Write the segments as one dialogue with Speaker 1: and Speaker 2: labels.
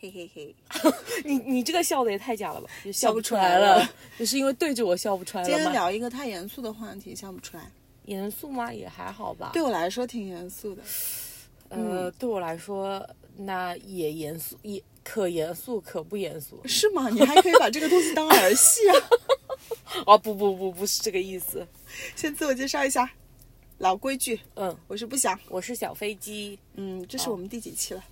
Speaker 1: 嘿嘿嘿，
Speaker 2: 你你这个笑的也太假了吧，就笑
Speaker 1: 不
Speaker 2: 出
Speaker 1: 出
Speaker 2: 来
Speaker 1: 来
Speaker 2: 了
Speaker 1: 了，
Speaker 2: 就是因为对着我笑不出来
Speaker 1: 今天
Speaker 2: 了吗？
Speaker 1: 聊一个太严肃的话题，想不出来。
Speaker 2: 严肃吗？也还好吧。
Speaker 1: 对我嗯来说挺严肃的，
Speaker 2: 呃，对我来说，那也严肃，也可严肃可不严 肃。
Speaker 1: 是吗？你还可以把这个东西当儿戏啊！
Speaker 2: 哦，不不不，不是这个意思。
Speaker 1: 先自我介绍一下，老规矩，
Speaker 2: 嗯，
Speaker 1: 我是不想。
Speaker 2: 我是小飞机，
Speaker 1: 嗯，这是我们第几期了？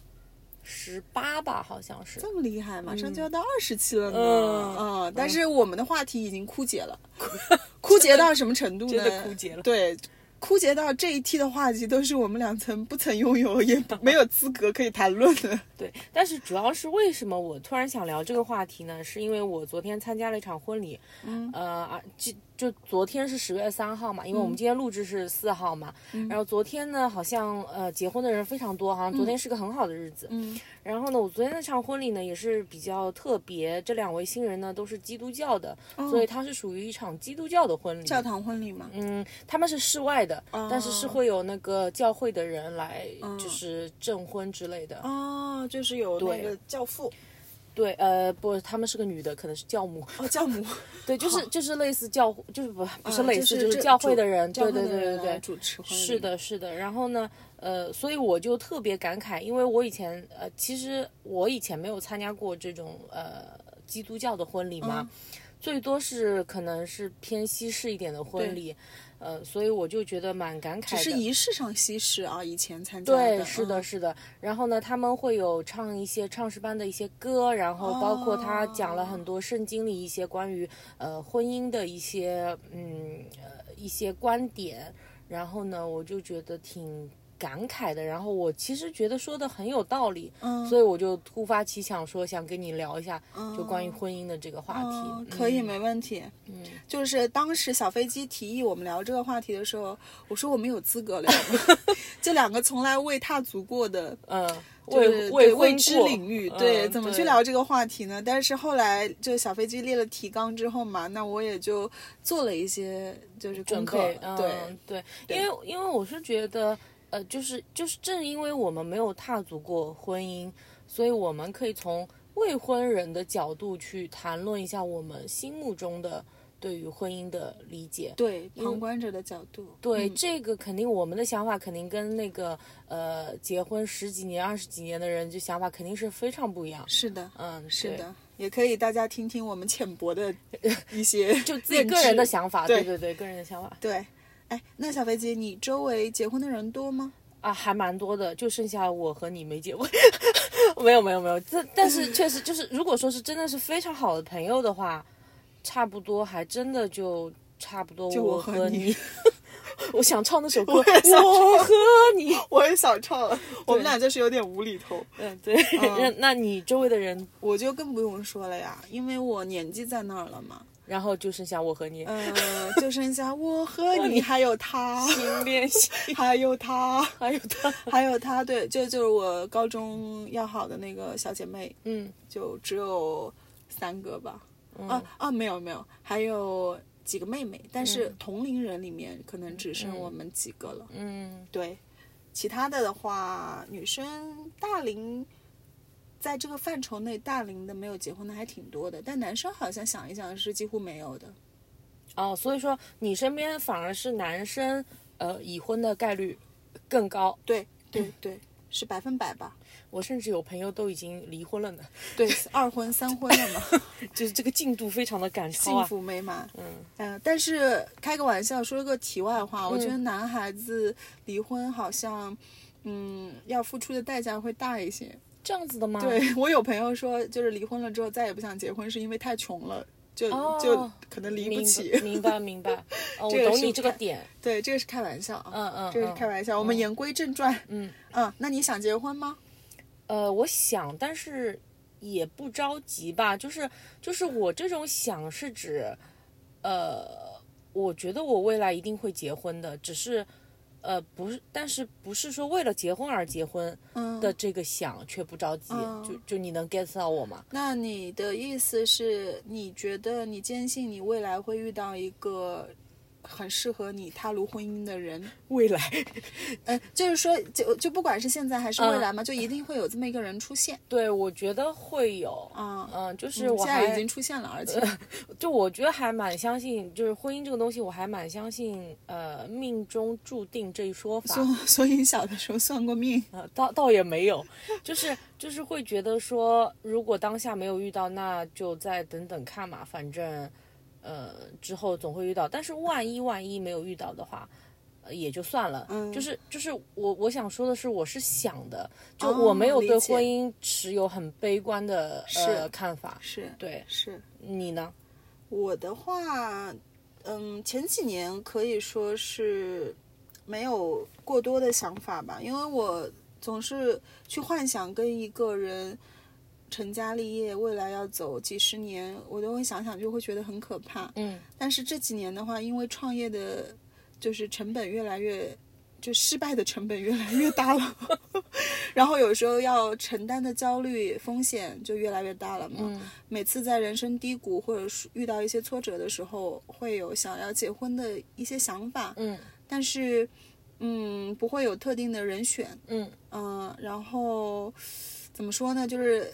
Speaker 2: 十八吧，好像是。
Speaker 1: 这么厉害，马上就要到二十期了呢。
Speaker 2: 嗯
Speaker 1: 嗯，但是我们的话题已经枯竭了， 枯竭到什么程度呢？
Speaker 2: 真的枯竭了
Speaker 1: 对。枯竭到这一期的话题都是我们两层不曾拥有，也不 没有资格可以谈论的。
Speaker 2: 对，但是主要是为什么我突然想聊这个话题呢？是因为我昨天参加了一场婚礼，嗯，呃，啊就就昨天是十月三号嘛，因为
Speaker 1: 嗯
Speaker 2: 我们今天录制是四号嘛，然后昨天呢，好像呃结婚的人非常多，好像昨天是个很好的日子，
Speaker 1: 嗯
Speaker 2: 然后呢，我昨天那场婚礼呢也是比较特别，这两位新人呢都是基督教的，所以它是属于一场基督教的婚礼。
Speaker 1: 哦教堂哦婚礼嘛，
Speaker 2: 嗯，他们是室外的，但是是会有那个教会的人来，就是证婚之类的。
Speaker 1: 哦，就是有那个教父
Speaker 2: 对，呃，不，他们是个女的，可能是教母。
Speaker 1: 哦，教母，
Speaker 2: 对，就是就是类似教，就是不不 是
Speaker 1: 嗯
Speaker 2: 类
Speaker 1: 就
Speaker 2: 似，
Speaker 1: 是
Speaker 2: 就是
Speaker 1: 这
Speaker 2: 教会
Speaker 1: 主
Speaker 2: 的人。
Speaker 1: 教
Speaker 2: 对
Speaker 1: 会的
Speaker 2: 对对对
Speaker 1: 人来
Speaker 2: 对，
Speaker 1: 主持婚礼，
Speaker 2: 是，的，是的。然后呢，呃，所以我就特别感慨，因为我以前呃，其实我以前没有参加过这种呃基督教的婚礼
Speaker 1: 嗯
Speaker 2: 嘛，最多是可能是偏西式一点的婚
Speaker 1: 对
Speaker 2: 礼，呃，所以我就觉得蛮感慨
Speaker 1: 只
Speaker 2: 的。
Speaker 1: 是仪式上稀释啊，以前参加
Speaker 2: 对，
Speaker 1: 的，
Speaker 2: 是
Speaker 1: 嗯
Speaker 2: 的，，是的。然后呢，他们会有唱一些唱诗班的一些歌，然后包括他
Speaker 1: 哦
Speaker 2: 讲了很多圣经里一些关于呃婚姻的一些嗯呃一些观点。然后呢，我就觉得挺感慨的。然后我其实觉得说的很有道理，
Speaker 1: 嗯
Speaker 2: 所以我就突发奇想说想跟你聊一下，就关于婚姻的这个话题。
Speaker 1: 嗯，可以，
Speaker 2: 嗯
Speaker 1: 没问题。嗯，就是当时小飞机提议我们聊这个话题的时候，我说我们有资格聊吗， 这两个从来未踏足过 的
Speaker 2: 嗯，
Speaker 1: 就是
Speaker 2: 未
Speaker 1: 对
Speaker 2: 婚
Speaker 1: 未知
Speaker 2: 过
Speaker 1: 领域，
Speaker 2: 嗯
Speaker 1: 对，怎么去
Speaker 2: 对
Speaker 1: 聊这个话题呢？但是后来就小飞机列了提纲之后嘛，那我也就做了一些就是功
Speaker 2: 准
Speaker 1: 课
Speaker 2: 备，，
Speaker 1: 对
Speaker 2: 嗯，对，
Speaker 1: 对
Speaker 2: 因为因为我是觉得，呃，就是就是正因为我们没有踏足过婚姻，所以我们可以从未婚人的角度去谈论一下我们心目中的对于婚姻的理解。
Speaker 1: 对，旁观者的角度，
Speaker 2: 对、
Speaker 1: 嗯
Speaker 2: 这个肯定，我们的想法肯定跟那个呃结婚十几年、二十几年的人，就想法肯定是非常不一样。
Speaker 1: 是的，
Speaker 2: 嗯，
Speaker 1: 是
Speaker 2: 对，
Speaker 1: 的，也可以大家听听我们浅薄 的一些
Speaker 2: 就自己个人的想法，
Speaker 1: 对
Speaker 2: 对对，个人的想法
Speaker 1: 对。哎，那小飞机，你周围结婚的人多吗？
Speaker 2: 啊，还蛮多的，就剩下我和你没结婚。 没有没有没有，但但是确实就是，如果说是真的是非常好的朋友的话，差不多还真的就差不多
Speaker 1: 就
Speaker 2: 我
Speaker 1: 我和
Speaker 2: 和
Speaker 1: 你。
Speaker 2: 我想唱那首歌，我
Speaker 1: 也想唱
Speaker 2: 和你。
Speaker 1: 我也想唱了， 我们俩就是有点无厘头。
Speaker 2: 嗯，对。那、那你周围的人，
Speaker 1: 呃我就更不用说了呀，因为我年纪在那儿了嘛。
Speaker 2: 然后就剩下我和你。
Speaker 1: 呃，就剩 下我和你，还有他，
Speaker 2: 新练习，
Speaker 1: 还有他，
Speaker 2: 还有他，
Speaker 1: 还有他。对，就就是我高中要好的那个小姐妹，
Speaker 2: 嗯，
Speaker 1: 就只有三个吧。啊啊，没有没有，还有几个妹妹，但是同龄人里面可能只剩我们几个了。
Speaker 2: 嗯，
Speaker 1: 对，其他的的话，女生大龄。在这个范畴内，大龄的没有结婚的还挺多的，但男生好像想一想是几乎没有的。
Speaker 2: 哦，所以说你身边反而是男生，呃，已婚的概率更高。
Speaker 1: 对对对，是百分百吧？
Speaker 2: 我甚至有朋友都已经离婚了呢，
Speaker 1: 对，二婚三婚了嘛，
Speaker 2: 就是这个进度非常的赶超
Speaker 1: 幸
Speaker 2: 啊。
Speaker 1: 福美满。
Speaker 2: 嗯
Speaker 1: 嗯、但是开个玩笑，说个题外话，我觉
Speaker 2: 嗯
Speaker 1: 得男孩子离婚好像，嗯，要付出的代价会大一些。
Speaker 2: 这样子的吗？，
Speaker 1: 对 我有朋友说，就是离婚了之后再也不想结婚，是因为太穷了，就、就
Speaker 2: 哦
Speaker 1: 可能离
Speaker 2: 明
Speaker 1: 不
Speaker 2: 白
Speaker 1: 起。
Speaker 2: 明白明 白，哦，我
Speaker 1: 这个
Speaker 2: 懂
Speaker 1: 是
Speaker 2: 你这个
Speaker 1: 看
Speaker 2: 点。
Speaker 1: 对，这个是开玩笑啊，
Speaker 2: 嗯嗯，
Speaker 1: 这个是
Speaker 2: 嗯
Speaker 1: 开玩笑。我们言归正传，
Speaker 2: 嗯
Speaker 1: 嗯，那你想结婚吗？
Speaker 2: 呃，我想，但是也不着急吧，就是就是我这种想是指，呃，我觉得我未来一定会结婚的，只是。呃，不是，但是不是说为了结婚而结婚
Speaker 1: 嗯
Speaker 2: 的这个想却不着急，
Speaker 1: 嗯
Speaker 2: 就就你能 get 到我吗？
Speaker 1: 那你的意思是，你觉得你坚信你未来会遇到一个很适合你踏入婚姻的人。
Speaker 2: 未来，
Speaker 1: 嗯，就是说，就就不管是现在还是未
Speaker 2: 嗯
Speaker 1: 来嘛，就一定会有这么一个人出现。
Speaker 2: 对我觉得会有，
Speaker 1: 啊
Speaker 2: 嗯，就是我
Speaker 1: 现在已
Speaker 2: 还呃
Speaker 1: 经出现了，而且
Speaker 2: 就我觉得还蛮相信，就是婚姻这个东西，我还蛮相信呃命中注定这一说法。
Speaker 1: 所所以小的时候算过命，
Speaker 2: 呃， 倒倒也没有，就是就是会觉得说，如果当下没有遇到，那就再等等看嘛，反正，呃，之后总会遇到。但是万一万一没有遇到的话，呃也就算了。
Speaker 1: 嗯
Speaker 2: 就是就是我我想说的是，我是想的，就
Speaker 1: 哦
Speaker 2: 我没有
Speaker 1: 理
Speaker 2: 对
Speaker 1: 解
Speaker 2: 婚姻持有很悲观的呃
Speaker 1: 是
Speaker 2: 看法。
Speaker 1: 是
Speaker 2: 对
Speaker 1: 是。
Speaker 2: 你呢？
Speaker 1: 我的话，嗯，前几年可以说是没有过多的想法吧，因为我总是去幻想跟一个人成家立业，未来要走几十年，我都会想想就会觉得很可怕。
Speaker 2: 嗯
Speaker 1: 但是这几年的话，因为创业的，就是成本越来越，就失败的成本越来越大了， 然后有时候要承担的焦虑风险就越来越大了嘛。
Speaker 2: 嗯
Speaker 1: 每次在人生低谷或者是遇到一些挫折的时候，会有想要结婚的一些想法，
Speaker 2: 嗯
Speaker 1: 但是，嗯，不会有特定的人选，
Speaker 2: 嗯
Speaker 1: 嗯、然后怎么说呢？就是，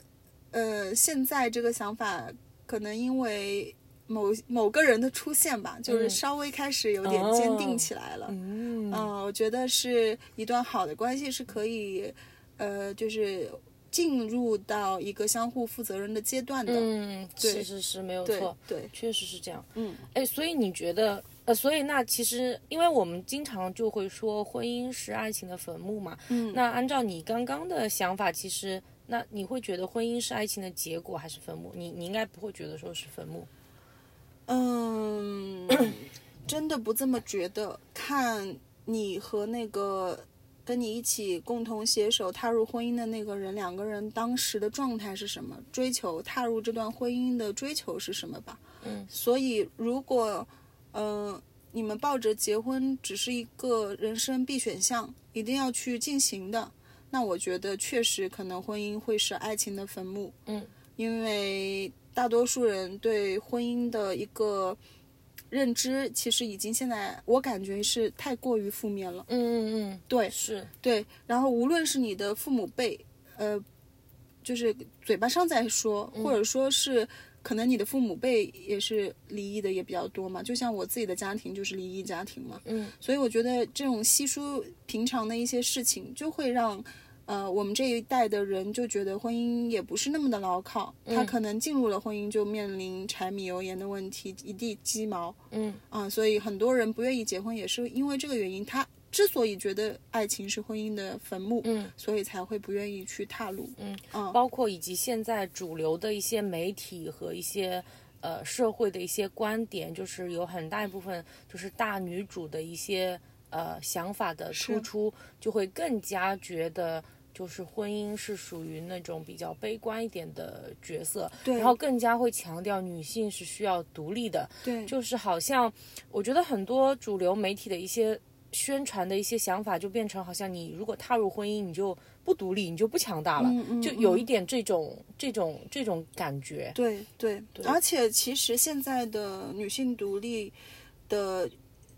Speaker 1: 呃，现在这个想法可能因为某某个人的出现吧，就是
Speaker 2: 嗯
Speaker 1: 稍微开始有点坚定起来了。
Speaker 2: 嗯
Speaker 1: 嗯、我觉得是一段好的关系是可以，呃，就是进入到一个相互负责任的阶段的。
Speaker 2: 嗯，是
Speaker 1: 对
Speaker 2: 是是，没有
Speaker 1: 对
Speaker 2: 错，
Speaker 1: 对，
Speaker 2: 确实是这样。
Speaker 1: 嗯
Speaker 2: 哎，所以你觉得，呃，所以那其实，因为我们经常就会说婚姻是爱情的坟墓嘛，
Speaker 1: 嗯，
Speaker 2: 那按照你刚刚的想法，其实那你会觉得婚姻是爱情的结果还是坟墓？你你应该不会觉得说是坟墓，
Speaker 1: 嗯， 真的不这么觉得。看你和那个跟你一起共同携手踏入婚姻的那个人，两个人当时的状态是什么？追求踏入这段婚姻的追求是什么吧？
Speaker 2: 嗯，
Speaker 1: 所以如果，嗯、你们抱着结婚只是一个人生必选项，一定要去进行的，那我觉得确实可能婚姻会是爱情的坟墓。
Speaker 2: 嗯，
Speaker 1: 因为大多数人对婚姻的一个认知，其实已经现在我感觉是太过于负面了。
Speaker 2: 嗯嗯
Speaker 1: 对
Speaker 2: 嗯，是，
Speaker 1: 对，然后无论是你的父母辈，呃，就是嘴巴上在说，或
Speaker 2: 嗯
Speaker 1: 者说是可能你的父母辈也是离异的也比较多嘛，就像我自己的家庭就是离异家庭嘛，
Speaker 2: 嗯
Speaker 1: 所以我觉得这种稀疏平常的一些事情，就会让呃我们这一代的人就觉得婚姻也不是那么的牢靠，
Speaker 2: 嗯
Speaker 1: 他可能进入了婚姻就面临柴米油盐的问题，一地鸡毛
Speaker 2: 嗯
Speaker 1: 啊、所以很多人不愿意结婚也是因为这个原因，他之所以觉得爱情是婚姻的坟墓，
Speaker 2: 嗯
Speaker 1: 所以才会不愿意去踏入。
Speaker 2: 嗯，
Speaker 1: 啊、
Speaker 2: 包括以及现在主流的一些媒体和一些。呃，社会的一些观点，就是有很大一部分就是大女主的一些呃想法的突
Speaker 1: 是
Speaker 2: 出，就会更加觉得就是婚姻是属于那种比较悲观一点的角色，
Speaker 1: 对
Speaker 2: 然后更加会强调女性是需要独立的，
Speaker 1: 对，
Speaker 2: 就是好像我觉得很多主流媒体的一些宣传的一些想法，就变成好像你如果踏入婚姻，你就不独立，你就不强大了，
Speaker 1: 嗯嗯
Speaker 2: 就有一点这种、这种这种感觉。
Speaker 1: 对对，而且其实现在的女性独立的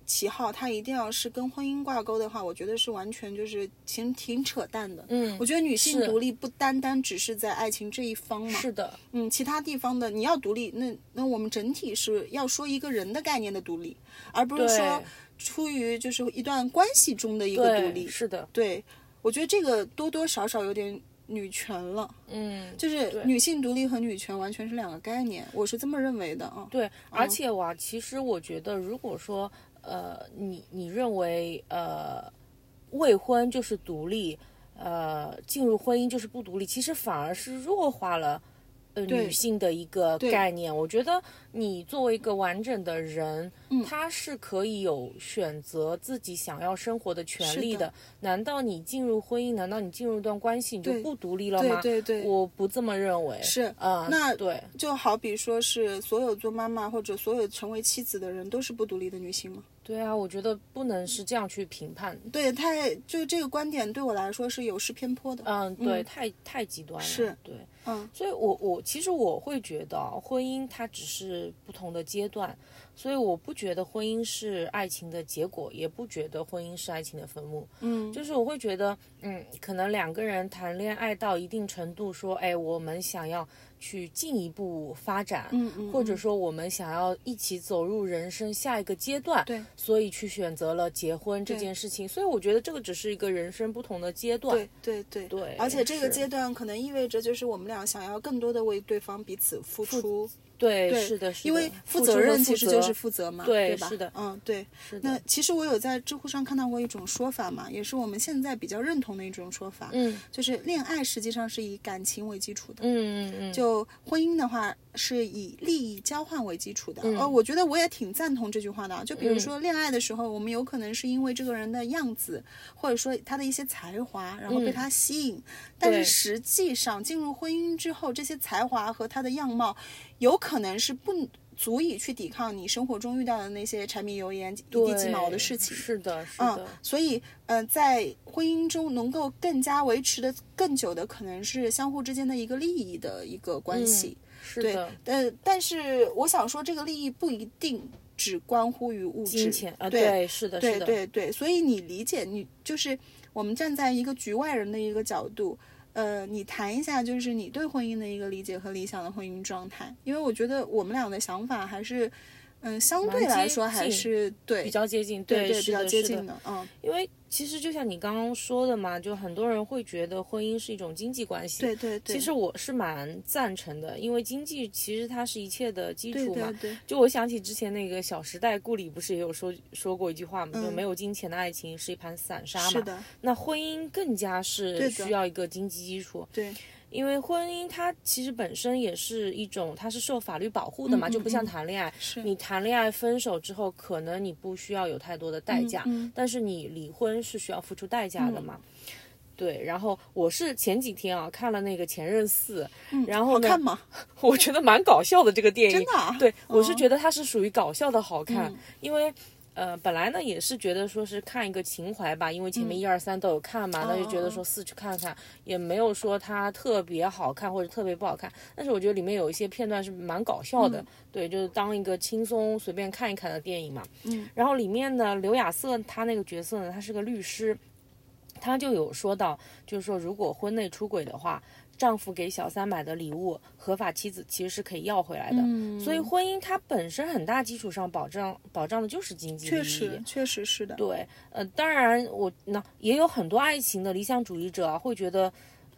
Speaker 1: 旗号，它一定要是跟婚姻挂钩的话，我觉得是完全就是挺挺扯淡的。
Speaker 2: 嗯
Speaker 1: 我觉得女性
Speaker 2: 是
Speaker 1: 独立不单单只是在爱情这一方嘛，
Speaker 2: 是的，
Speaker 1: 嗯，其他地方的你要独立，那那我们整体是要说一个人的概念的独立，而不是说
Speaker 2: 对
Speaker 1: 出于就是一段关系中的一个独
Speaker 2: 对，
Speaker 1: 立。
Speaker 2: 是的，
Speaker 1: 对，我觉得这个多多少少有点女权了。
Speaker 2: 嗯，
Speaker 1: 就是
Speaker 2: 对
Speaker 1: 女性独立和女权完全是两个概念，我是这么认为的啊。
Speaker 2: 对，而且哇，其实我觉得，如果说呃，你你认为呃，未婚就是独立，呃，进入婚姻就是不独立，其实反而是弱化了。呃，
Speaker 1: 对
Speaker 2: 女性的一个
Speaker 1: 对
Speaker 2: 概念，我觉得你作为一个完整的人，
Speaker 1: 嗯
Speaker 2: 她是可以有选择自己想要生活的权
Speaker 1: 是
Speaker 2: 利
Speaker 1: 的
Speaker 2: 难道你进入婚姻，难道你进入一段关系，你就
Speaker 1: 对
Speaker 2: 不独立了
Speaker 1: 对
Speaker 2: 吗？
Speaker 1: 对对，
Speaker 2: 我不这么认为。
Speaker 1: 是
Speaker 2: 啊、
Speaker 1: 那
Speaker 2: 对，
Speaker 1: 就好比说是所有做妈妈或者所有成为妻子的人都是不独立的女性吗？
Speaker 2: 对啊，我觉得不能是这样去评判的。
Speaker 1: 对，太就这个观点对我来说是有失偏颇的。
Speaker 2: 嗯，对，
Speaker 1: 嗯
Speaker 2: 太太极端了。
Speaker 1: 是，
Speaker 2: 对，
Speaker 1: 嗯
Speaker 2: 所以我我其实我会觉得啊婚姻它只是不同的阶段，所以我不觉得婚姻是爱情的结果，也不觉得婚姻是爱情的坟墓。
Speaker 1: 嗯，
Speaker 2: 就是我会觉得，嗯，可能两个人谈恋爱到一定程度，说，哎，我们想要去进一步发展，
Speaker 1: 嗯嗯，
Speaker 2: 或者说我们想要一起走入人生下一个阶段，
Speaker 1: 对
Speaker 2: 所以去选择了结婚这
Speaker 1: 对
Speaker 2: 件事情。所以我觉得这个只是一个人生不同的阶段。
Speaker 1: 对对对
Speaker 2: 对
Speaker 1: 而且这个
Speaker 2: 是
Speaker 1: 阶段可能意味着就是我们俩想要更多的为对方彼此付出，
Speaker 2: 对
Speaker 1: 对
Speaker 2: 是的，是的，
Speaker 1: 因为负
Speaker 2: 付
Speaker 1: 责
Speaker 2: 出和
Speaker 1: 任
Speaker 2: 负
Speaker 1: 其实
Speaker 2: 责
Speaker 1: 就是负责嘛，
Speaker 2: 对
Speaker 1: 对吧？
Speaker 2: 是的
Speaker 1: 嗯，对。
Speaker 2: 是的
Speaker 1: 那其实我有在知乎上看到过一种说法嘛，也是我们现在比较认同的一种说法，
Speaker 2: 嗯
Speaker 1: 就是恋爱实际上是以感情为基础的。
Speaker 2: 嗯嗯嗯，
Speaker 1: 就婚姻的话，是以利益交换为基础的。
Speaker 2: 嗯
Speaker 1: 呃，我觉得我也挺赞同这句话的啊。就比如说恋爱的时候，我们有可能是因为这个人的样子，或者说他的一些才华，然后被
Speaker 2: 嗯
Speaker 1: 他吸引。但是
Speaker 2: 对
Speaker 1: 实际上进入婚姻之后，这些才华和他的样貌，有可能是不足以去抵抗你生活中遇到的那些柴米油盐、一地鸡
Speaker 2: 对
Speaker 1: 毛的事情。
Speaker 2: 是的，是
Speaker 1: 嗯
Speaker 2: 的，，
Speaker 1: 所以，嗯、在婚姻中能够更加维持的更久的，可能是相互之间的一个利益的一个关系。
Speaker 2: 嗯是
Speaker 1: 对
Speaker 2: 的，，
Speaker 1: 呃，但是我想说，这个利益不一定只关乎于物质，
Speaker 2: 金钱啊，
Speaker 1: 对
Speaker 2: 对，是的，
Speaker 1: 对
Speaker 2: 是的，
Speaker 1: 对对，所以你理解你就是我们站在一个局外人的一个角度，呃，你谈一下就是你对婚姻的一个理解和理想的婚姻状态，因为我觉得我们俩的想法还是，嗯、相对
Speaker 2: 蛮
Speaker 1: 来
Speaker 2: 接
Speaker 1: 说还
Speaker 2: 近
Speaker 1: 是对
Speaker 2: 比较接近，
Speaker 1: 对
Speaker 2: 对，
Speaker 1: 比
Speaker 2: 是
Speaker 1: 较
Speaker 2: 的，
Speaker 1: 接
Speaker 2: 是
Speaker 1: 近
Speaker 2: 的。
Speaker 1: 的，嗯，
Speaker 2: 因为其实就像你刚刚说的嘛，就很多人会觉得婚姻是一种经济关系。
Speaker 1: 对对对，
Speaker 2: 其实我是蛮赞成的，因为经济其实它是一切的基
Speaker 1: 对
Speaker 2: 础嘛
Speaker 1: 对。对，
Speaker 2: 就我想起之前那个《小时代》，顾里不是也有说说过一句话嘛，就
Speaker 1: 嗯
Speaker 2: 没有金钱的爱情是一盘散沙嘛。
Speaker 1: 是。的，
Speaker 2: 那婚姻更加
Speaker 1: 对
Speaker 2: 是
Speaker 1: 的
Speaker 2: 需要一个经济基础，
Speaker 1: 对
Speaker 2: 因为婚姻它其实本身也是一种，它是受法律保护的嘛，
Speaker 1: 嗯嗯
Speaker 2: 就不像
Speaker 1: 嗯
Speaker 2: 谈恋爱，
Speaker 1: 是，
Speaker 2: 你谈恋爱分手之后，可能你不需要有太多的代价，
Speaker 1: 嗯嗯
Speaker 2: 但是你离婚是需要付出代价的嘛。对，然后我是前几天啊看了那个《前任四》，
Speaker 1: 嗯
Speaker 2: 然
Speaker 1: 好
Speaker 2: 后呢
Speaker 1: 看吗？
Speaker 2: 我觉得蛮搞笑的这个电影，
Speaker 1: 真的啊
Speaker 2: 对，我是
Speaker 1: 嗯
Speaker 2: 觉得它是属于搞笑的好看，
Speaker 1: 嗯
Speaker 2: 因为。呃，本来呢也是觉得说是看一个情怀吧，因为前面
Speaker 1: 嗯
Speaker 2: 一二三都有看嘛，那就
Speaker 1: 哦
Speaker 2: 觉得说四去看看，也没有说它特别好看或者特别不好看。但是我觉得里面有一些片段是蛮搞笑
Speaker 1: 嗯
Speaker 2: 的，对，就是当一个轻松随便看一看的电影嘛。
Speaker 1: 嗯。
Speaker 2: 然后里面呢，刘亚瑟他那个角色呢，他是个律师，他就有说到，就是说如果婚内出轨的话，丈夫给小三买的礼物，合法妻子其实是可以要回来的。所以
Speaker 1: 嗯
Speaker 2: 婚姻它本身很大基础上保障保障的就是经济利益。
Speaker 1: 确实，确实是的，
Speaker 2: 对，呃，当然我那也有很多爱情的理想主义者啊，会觉得，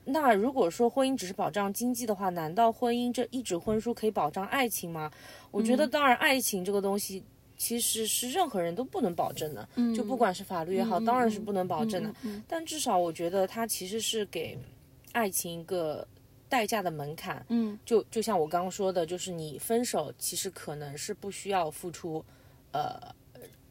Speaker 2: 那如果说婚姻只是保障经济的话，难道婚姻这一纸婚书可以保障爱情吗？我
Speaker 1: 嗯
Speaker 2: 觉得，当然，爱情这个东西。其实是任何人都不能保证的，
Speaker 1: 嗯
Speaker 2: 就不管是法律也好，当然是不能保证的。但至少我觉得它其实是给爱情一个代价的门槛。
Speaker 1: 嗯，
Speaker 2: 就就像我刚刚说的，就是你分手其实可能是不需要付出，呃，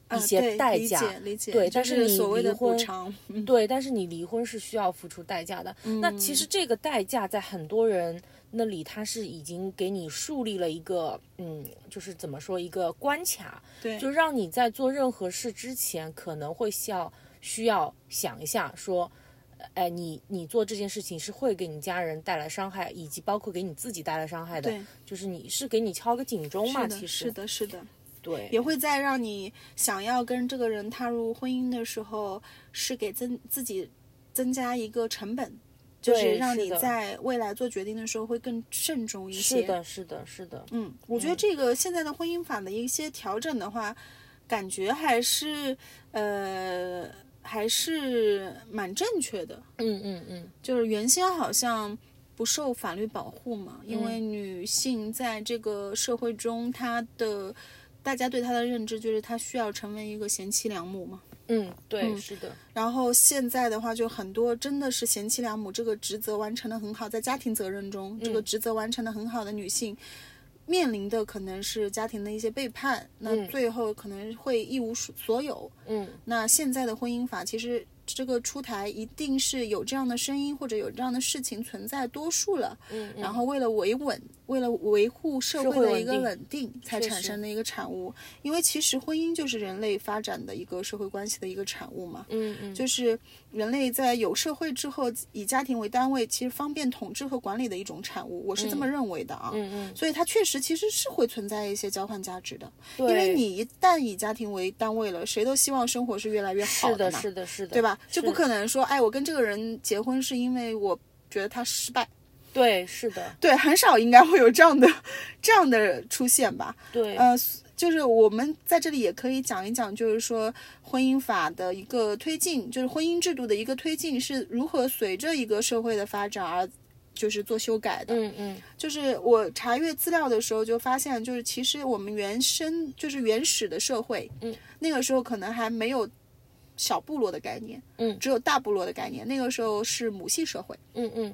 Speaker 1: 啊
Speaker 2: 一些
Speaker 1: 对
Speaker 2: 代
Speaker 1: 理
Speaker 2: 价
Speaker 1: 解理解，
Speaker 2: 对
Speaker 1: 就
Speaker 2: 但
Speaker 1: 是
Speaker 2: 是你
Speaker 1: 所谓的
Speaker 2: 离
Speaker 1: 补
Speaker 2: 婚
Speaker 1: 偿，嗯
Speaker 2: 对，但是你离婚是需要付出代价的。那其实这个代价在很多人那里，他是已经给你树立了一个，嗯，就是怎么说一个关卡，
Speaker 1: 对，
Speaker 2: 就让你在做任何事之前，可能会需要需要想一下，说，呃哎，你你做这件事情是会给你家人带来伤害，以及包括给你自己带来伤害的
Speaker 1: 对，
Speaker 2: 就是你是给你敲个警钟嘛，
Speaker 1: 是的，是
Speaker 2: 其实
Speaker 1: 的，是的，
Speaker 2: 对，
Speaker 1: 也会在让你想要跟这个人踏入婚姻的时候，是给增自己增加一个成本，就是
Speaker 2: 对
Speaker 1: 让
Speaker 2: 是
Speaker 1: 你
Speaker 2: 的
Speaker 1: 在未来做决定的时候会更慎重一些。
Speaker 2: 是，的，是的，是的，
Speaker 1: 嗯，我觉得这个现在的婚姻法的一些调整的话，感觉还是呃还是蛮正确的。
Speaker 2: 嗯嗯嗯，
Speaker 1: 就是原先好像不受法律保护嘛，因为女性在这个社会中，她的大家对她的认知就是她需要成为一个贤妻良母嘛。
Speaker 2: 嗯，对，
Speaker 1: 嗯
Speaker 2: 是的，
Speaker 1: 然后现在的话，就很多真的是贤妻良母这个职责完成的很好，在家庭责任中，这个职责完成的很好的女性。面临的可能是家庭的一些背叛，那
Speaker 2: 嗯
Speaker 1: 最后可能会一无所有。
Speaker 2: 嗯。
Speaker 1: 那现在的婚姻法其实这个出台一定是有这样的声音或者有这样的事情存在多数了，
Speaker 2: 嗯，嗯
Speaker 1: 然后为了维稳，为了维护社会的一个
Speaker 2: 社会
Speaker 1: 稳定，才
Speaker 2: 确实
Speaker 1: 产生的一个产物。因为其实婚姻就是人类发展的一个社会关系的一个产物嘛。
Speaker 2: 嗯嗯，
Speaker 1: 就是人类在有社会之后，以家庭为单位，其实方便统治和管理的一种产物，我是这么认为的啊。
Speaker 2: 嗯嗯，
Speaker 1: 所以它确实其实是会存在一些交换价值的，
Speaker 2: 因
Speaker 1: 因为你一旦以家庭为单位了，谁都希望生活是越来越好
Speaker 2: 是的，
Speaker 1: 嘛，
Speaker 2: 是的，是的，
Speaker 1: 对吧？就不
Speaker 2: 是
Speaker 1: 可能说，哎，我跟这个人结婚是因为我觉得他失败，
Speaker 2: 对，是的，
Speaker 1: 对，很少应该会有这样的这样的出现吧？
Speaker 2: 对，
Speaker 1: 呃，就是我们在这里也可以讲一讲，就是说婚姻法的一个推进，就是婚姻制度的一个推进是如何随着一个社会的发展而就是做修改的。
Speaker 2: 嗯嗯，
Speaker 1: 就是我查阅资料的时候就发现，就是其实我们原生就是原始的社会，
Speaker 2: 嗯，
Speaker 1: 那个时候可能还没有小部落的概念，
Speaker 2: 嗯
Speaker 1: 只有大部落的概念。那个时候是母系社会，
Speaker 2: 嗯嗯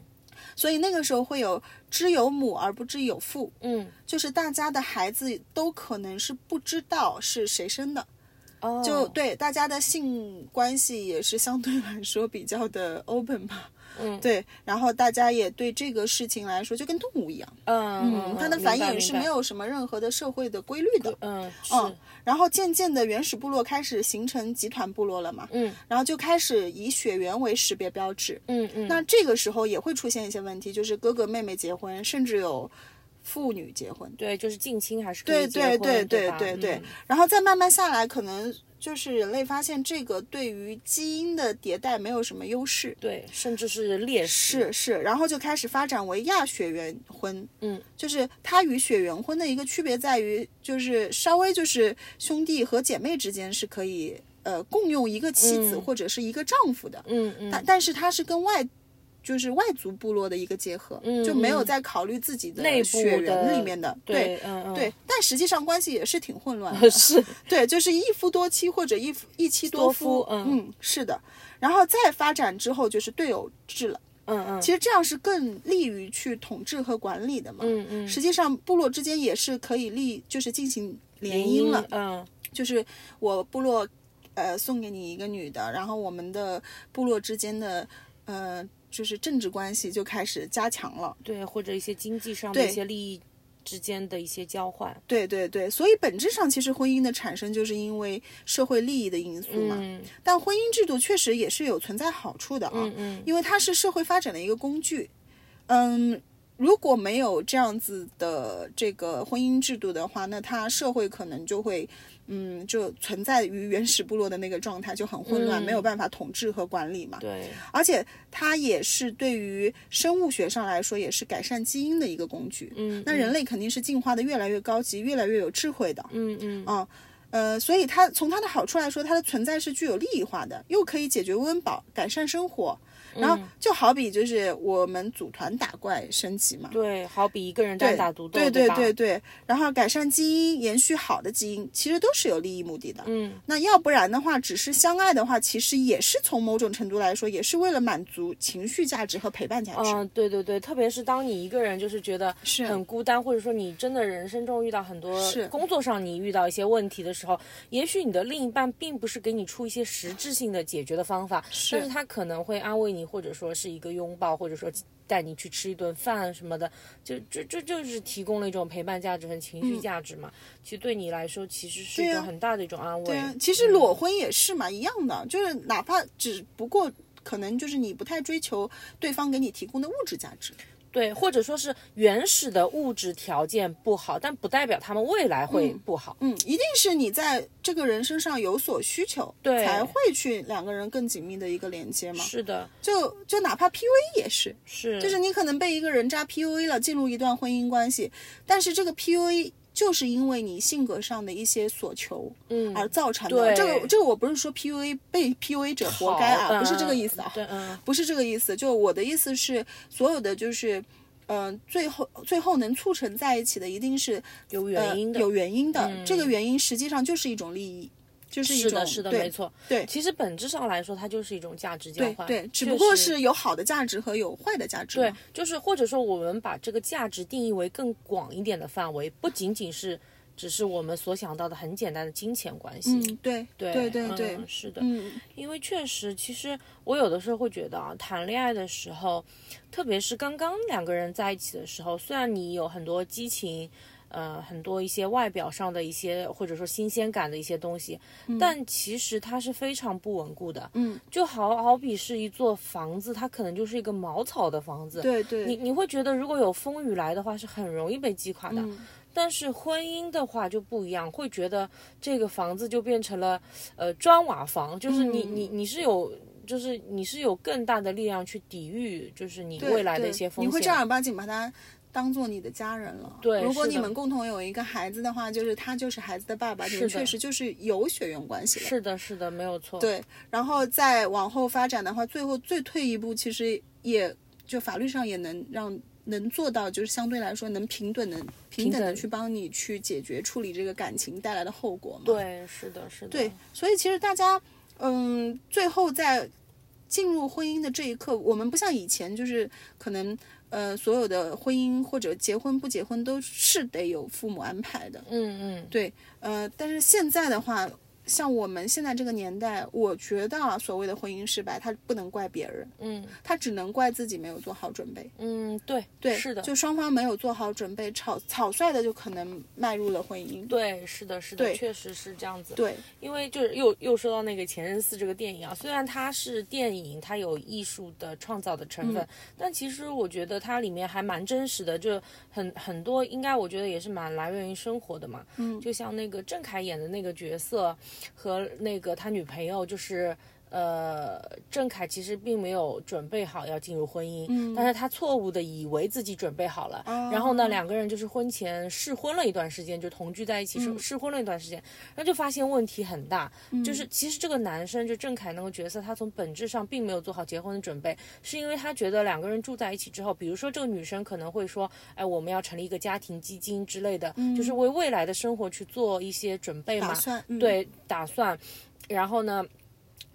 Speaker 1: 所以那个时候会有知有母而不知有父，
Speaker 2: 嗯，
Speaker 1: 就是大家的孩子都可能是不知道是谁生的，
Speaker 2: 哦，
Speaker 1: 就，对大家的性关系也是相对来说比较的 open 吧。
Speaker 2: 嗯
Speaker 1: 对，然后大家也对这个事情来说就跟动物一样，
Speaker 2: 嗯
Speaker 1: 它的
Speaker 2: 明
Speaker 1: 繁
Speaker 2: 白
Speaker 1: 衍
Speaker 2: 明
Speaker 1: 是
Speaker 2: 白
Speaker 1: 没有什么任何的社会的规律的。
Speaker 2: 嗯
Speaker 1: 嗯
Speaker 2: 是，
Speaker 1: 然后渐渐的原始部落开始形成集团部落了嘛，
Speaker 2: 嗯
Speaker 1: 然后就开始以血缘为识别标志。
Speaker 2: 嗯嗯，
Speaker 1: 那这个时候也会出现一些问题，就是哥哥妹妹结婚，甚至有父女结婚。
Speaker 2: 对，就是近亲还是可
Speaker 1: 对
Speaker 2: 以结
Speaker 1: 对对
Speaker 2: 婚对
Speaker 1: 对
Speaker 2: 吧
Speaker 1: 对对
Speaker 2: 嗯，
Speaker 1: 然后再慢慢下来，可能就是人类发现这个对于基因的迭代没有什么优势，
Speaker 2: 对，甚至是劣势，
Speaker 1: 是是，然后就开始发展为亚血缘婚，
Speaker 2: 嗯，
Speaker 1: 就是它与血缘婚的一个区别在于，就是稍微就是兄弟和姐妹之间是可以呃共用一个妻子
Speaker 2: 嗯
Speaker 1: 或者是一个丈夫的，
Speaker 2: 嗯嗯，
Speaker 1: 但但是它是跟外。就是外族部落的一个结合，
Speaker 2: 嗯
Speaker 1: 就没有
Speaker 2: 嗯
Speaker 1: 在考虑自己的
Speaker 2: 内部
Speaker 1: 血缘
Speaker 2: 的
Speaker 1: 里面的，对
Speaker 2: 对，嗯嗯，
Speaker 1: 对，但实际上关系也是挺混乱的。
Speaker 2: 是，
Speaker 1: 对，就是一夫多妻或者一夫一妻多
Speaker 2: 多
Speaker 1: 夫。
Speaker 2: 夫嗯
Speaker 1: 是的。然后再发展之后就是队友制了，
Speaker 2: 嗯嗯，
Speaker 1: 其实这样是更利于去统治和管理的嘛。
Speaker 2: 嗯嗯，
Speaker 1: 实际上部落之间也是可以立，就是进行联
Speaker 2: 联
Speaker 1: 姻了，
Speaker 2: 嗯
Speaker 1: 就是我部落，呃，送给你一个女的，然后我们的部落之间的，呃，就是政治关系就开始加强了。
Speaker 2: 对，或者一些经济上的一
Speaker 1: 对
Speaker 2: 些利益之间的一些交换，
Speaker 1: 对对对，所以本质上其实婚姻的产生就是因为社会利益的因素嘛。
Speaker 2: 嗯
Speaker 1: 但婚姻制度确实也是有存在好处的啊，
Speaker 2: 嗯嗯，
Speaker 1: 因为它是社会发展的一个工具。嗯，如果没有这样子的这个婚姻制度的话，那它社会可能就会，嗯，就存在于原始部落的那个状态就很混乱，
Speaker 2: 嗯
Speaker 1: 没有办法统治和管理嘛。
Speaker 2: 对，
Speaker 1: 而且它也是对于生物学上来说，也是改善基因的一个工具。
Speaker 2: 嗯，
Speaker 1: 那人类肯定是进化的越来越高级，越来越有智慧的。
Speaker 2: 嗯嗯嗯
Speaker 1: 呃，所以它从它的好处来说，它的存在是具有利益化的，又可以解决温饱，改善生活。然
Speaker 2: 嗯
Speaker 1: 后就好比就是我们组团打怪升级嘛，
Speaker 2: 对，好比一个人单打独斗，
Speaker 1: 对
Speaker 2: 对
Speaker 1: 对
Speaker 2: 吧
Speaker 1: 对，对，然后改善基因，延续好的基因，其实都是有利益目的的。
Speaker 2: 嗯
Speaker 1: 那要不然的话，只是相爱的话，其实也是从某种程度来说，也是为了满足情绪价值和陪伴价值。
Speaker 2: 嗯，对对对，特别是当你一个人就是觉得
Speaker 1: 是
Speaker 2: 很孤单，或者说你真的人生中遇到很多
Speaker 1: 是
Speaker 2: 工作上你遇到一些问题的时候，也许你的另一半并不是给你出一些实质性的解决的方法，
Speaker 1: 是
Speaker 2: 但是他可能会安慰你，或者说是一个拥抱，或者说带你去吃一顿饭什么的，就就就就是提供了一种陪伴价值和情绪价值嘛。其实对你来说，其实是一
Speaker 1: 嗯对
Speaker 2: 个
Speaker 1: 啊
Speaker 2: 很大的一种安慰。
Speaker 1: 对啊，其
Speaker 2: 嗯
Speaker 1: 实裸婚也是嘛，一样的，就是哪怕只不过可能就是你不太追求对方给你提供的物质价值。
Speaker 2: 对，或者说是原始的物质条件不好，但不代表他们未来会不好。
Speaker 1: 嗯，一定是你在这个人身上有所需求，
Speaker 2: 对
Speaker 1: 才会去两个人更紧密的一个连接嘛。
Speaker 2: 是的，
Speaker 1: 就就哪怕 PUA 也是，
Speaker 2: 是，
Speaker 1: 就是你可能被一个人渣 PUA 了，进入一段婚姻关系，但是这个 PUA 就是因为你性格上的一些所求
Speaker 2: 嗯，
Speaker 1: 而造成的。
Speaker 2: 对
Speaker 1: 这个这个我不是说 PUA 被 PUA 者活该
Speaker 2: 好
Speaker 1: 啊，不是这个意思啊。
Speaker 2: 嗯对，嗯
Speaker 1: 不是这个意思，就我的意思是，所有的就是，嗯、最后最后能促成在一起的，一定是
Speaker 2: 有
Speaker 1: 呃
Speaker 2: 原因的，嗯
Speaker 1: 有原因的、这个原因实际上就是一种利益，就是一
Speaker 2: 是
Speaker 1: 种
Speaker 2: 的，是的，
Speaker 1: 对
Speaker 2: 没错。
Speaker 1: 对
Speaker 2: 其实本质上来说，它就是一种价值交
Speaker 1: 对
Speaker 2: 换，
Speaker 1: 对，只
Speaker 2: 确
Speaker 1: 不过
Speaker 2: 实
Speaker 1: 是有好的价值和有坏的价值嘛。
Speaker 2: 对，就是或者说我们把这个价值定义为更广一点的范围，不仅仅是只是我们所想到的很简单的金钱关系。
Speaker 1: 嗯，对
Speaker 2: 对
Speaker 1: 对对对
Speaker 2: 嗯，是的，
Speaker 1: 嗯
Speaker 2: 因为确实，其实我有的时候会觉得啊，谈恋爱的时候，特别是刚刚两个人在一起的时候，虽然你有很多激情，呃，很多一些外表上的一些或者说新鲜感的一些东西，但其实它是非常不稳固的。
Speaker 1: 嗯，
Speaker 2: 就好好比是一座房子，它可能就是一个茅草的房子。
Speaker 1: 对对，
Speaker 2: 你你会觉得，如果有风雨来的话，是很容易被击垮的。
Speaker 1: 嗯
Speaker 2: 但是婚姻的话就不一样，会觉得这个房子就变成了呃砖瓦房，就是你、
Speaker 1: 嗯
Speaker 2: 你你是有。就是你是有更大的力量去抵御，就是你未来的一些风
Speaker 1: 你会正
Speaker 2: 险。
Speaker 1: 儿八经把他当做你的家人了。
Speaker 2: 对
Speaker 1: 如果
Speaker 2: 是的
Speaker 1: 你们共同有一个孩子的话，就是他就是孩子的爸爸，你
Speaker 2: 是
Speaker 1: 们
Speaker 2: 的
Speaker 1: 确实就是有血缘关系的。
Speaker 2: 是的，是的，没有错。
Speaker 1: 对，然后再往后发展的话，最后最退一步，其实也就法律上也能让能做到，就是相对来说能平等的平等的
Speaker 2: 等
Speaker 1: 去帮你去解决处理这个感情带来的后果嘛。
Speaker 2: 对，是的，是的。
Speaker 1: 对，所以其实大家，嗯，最后在进入婚姻的这一刻，我们不像以前，就是可能呃，所有的婚姻或者结婚不结婚都是得有父母安排的。
Speaker 2: 嗯嗯，
Speaker 1: 对，呃，但是现在的话，像我们现在这个年代，我觉得啊，所谓的婚姻失败，它不能怪别人，
Speaker 2: 嗯
Speaker 1: 它只能怪自己没有做好准备。
Speaker 2: 嗯，对，
Speaker 1: 对，
Speaker 2: 是的，
Speaker 1: 就双方没有做好准备，草草率的就可能迈入了婚姻。
Speaker 2: 对，是的，是的，
Speaker 1: 对
Speaker 2: 确实是这样子。
Speaker 1: 对，
Speaker 2: 因为就是又又说到那个《前任四》这个电影啊，虽然它是电影，它有艺术的创造的成分，但其实我觉得它里面还蛮真实的，就很很多应该我觉得也是蛮来源于生活的嘛。嗯，就像那个郑恺演的那个角色和那个他女朋友，就是呃，郑恺其实并没有准备好要进入婚姻，
Speaker 1: 嗯
Speaker 2: 但是他错误的以为自己准备好了，
Speaker 1: 哦
Speaker 2: 然后呢，两个人就是婚前试婚了一段时间，就同居在一起试、
Speaker 1: 嗯
Speaker 2: 试婚了一段时间，然后就发现问题很大，就是其实这个男生就郑恺那个角色，他从本质上并没有做好结婚的准备，是因为他觉得两个人住在一起之后，比如说这个女生可能会说，哎，我们要成立一个家庭基金之类的，就是为未来的生活去做一些准备
Speaker 1: 嗯
Speaker 2: 嘛，
Speaker 1: 打算、嗯、
Speaker 2: 对打算，然后呢，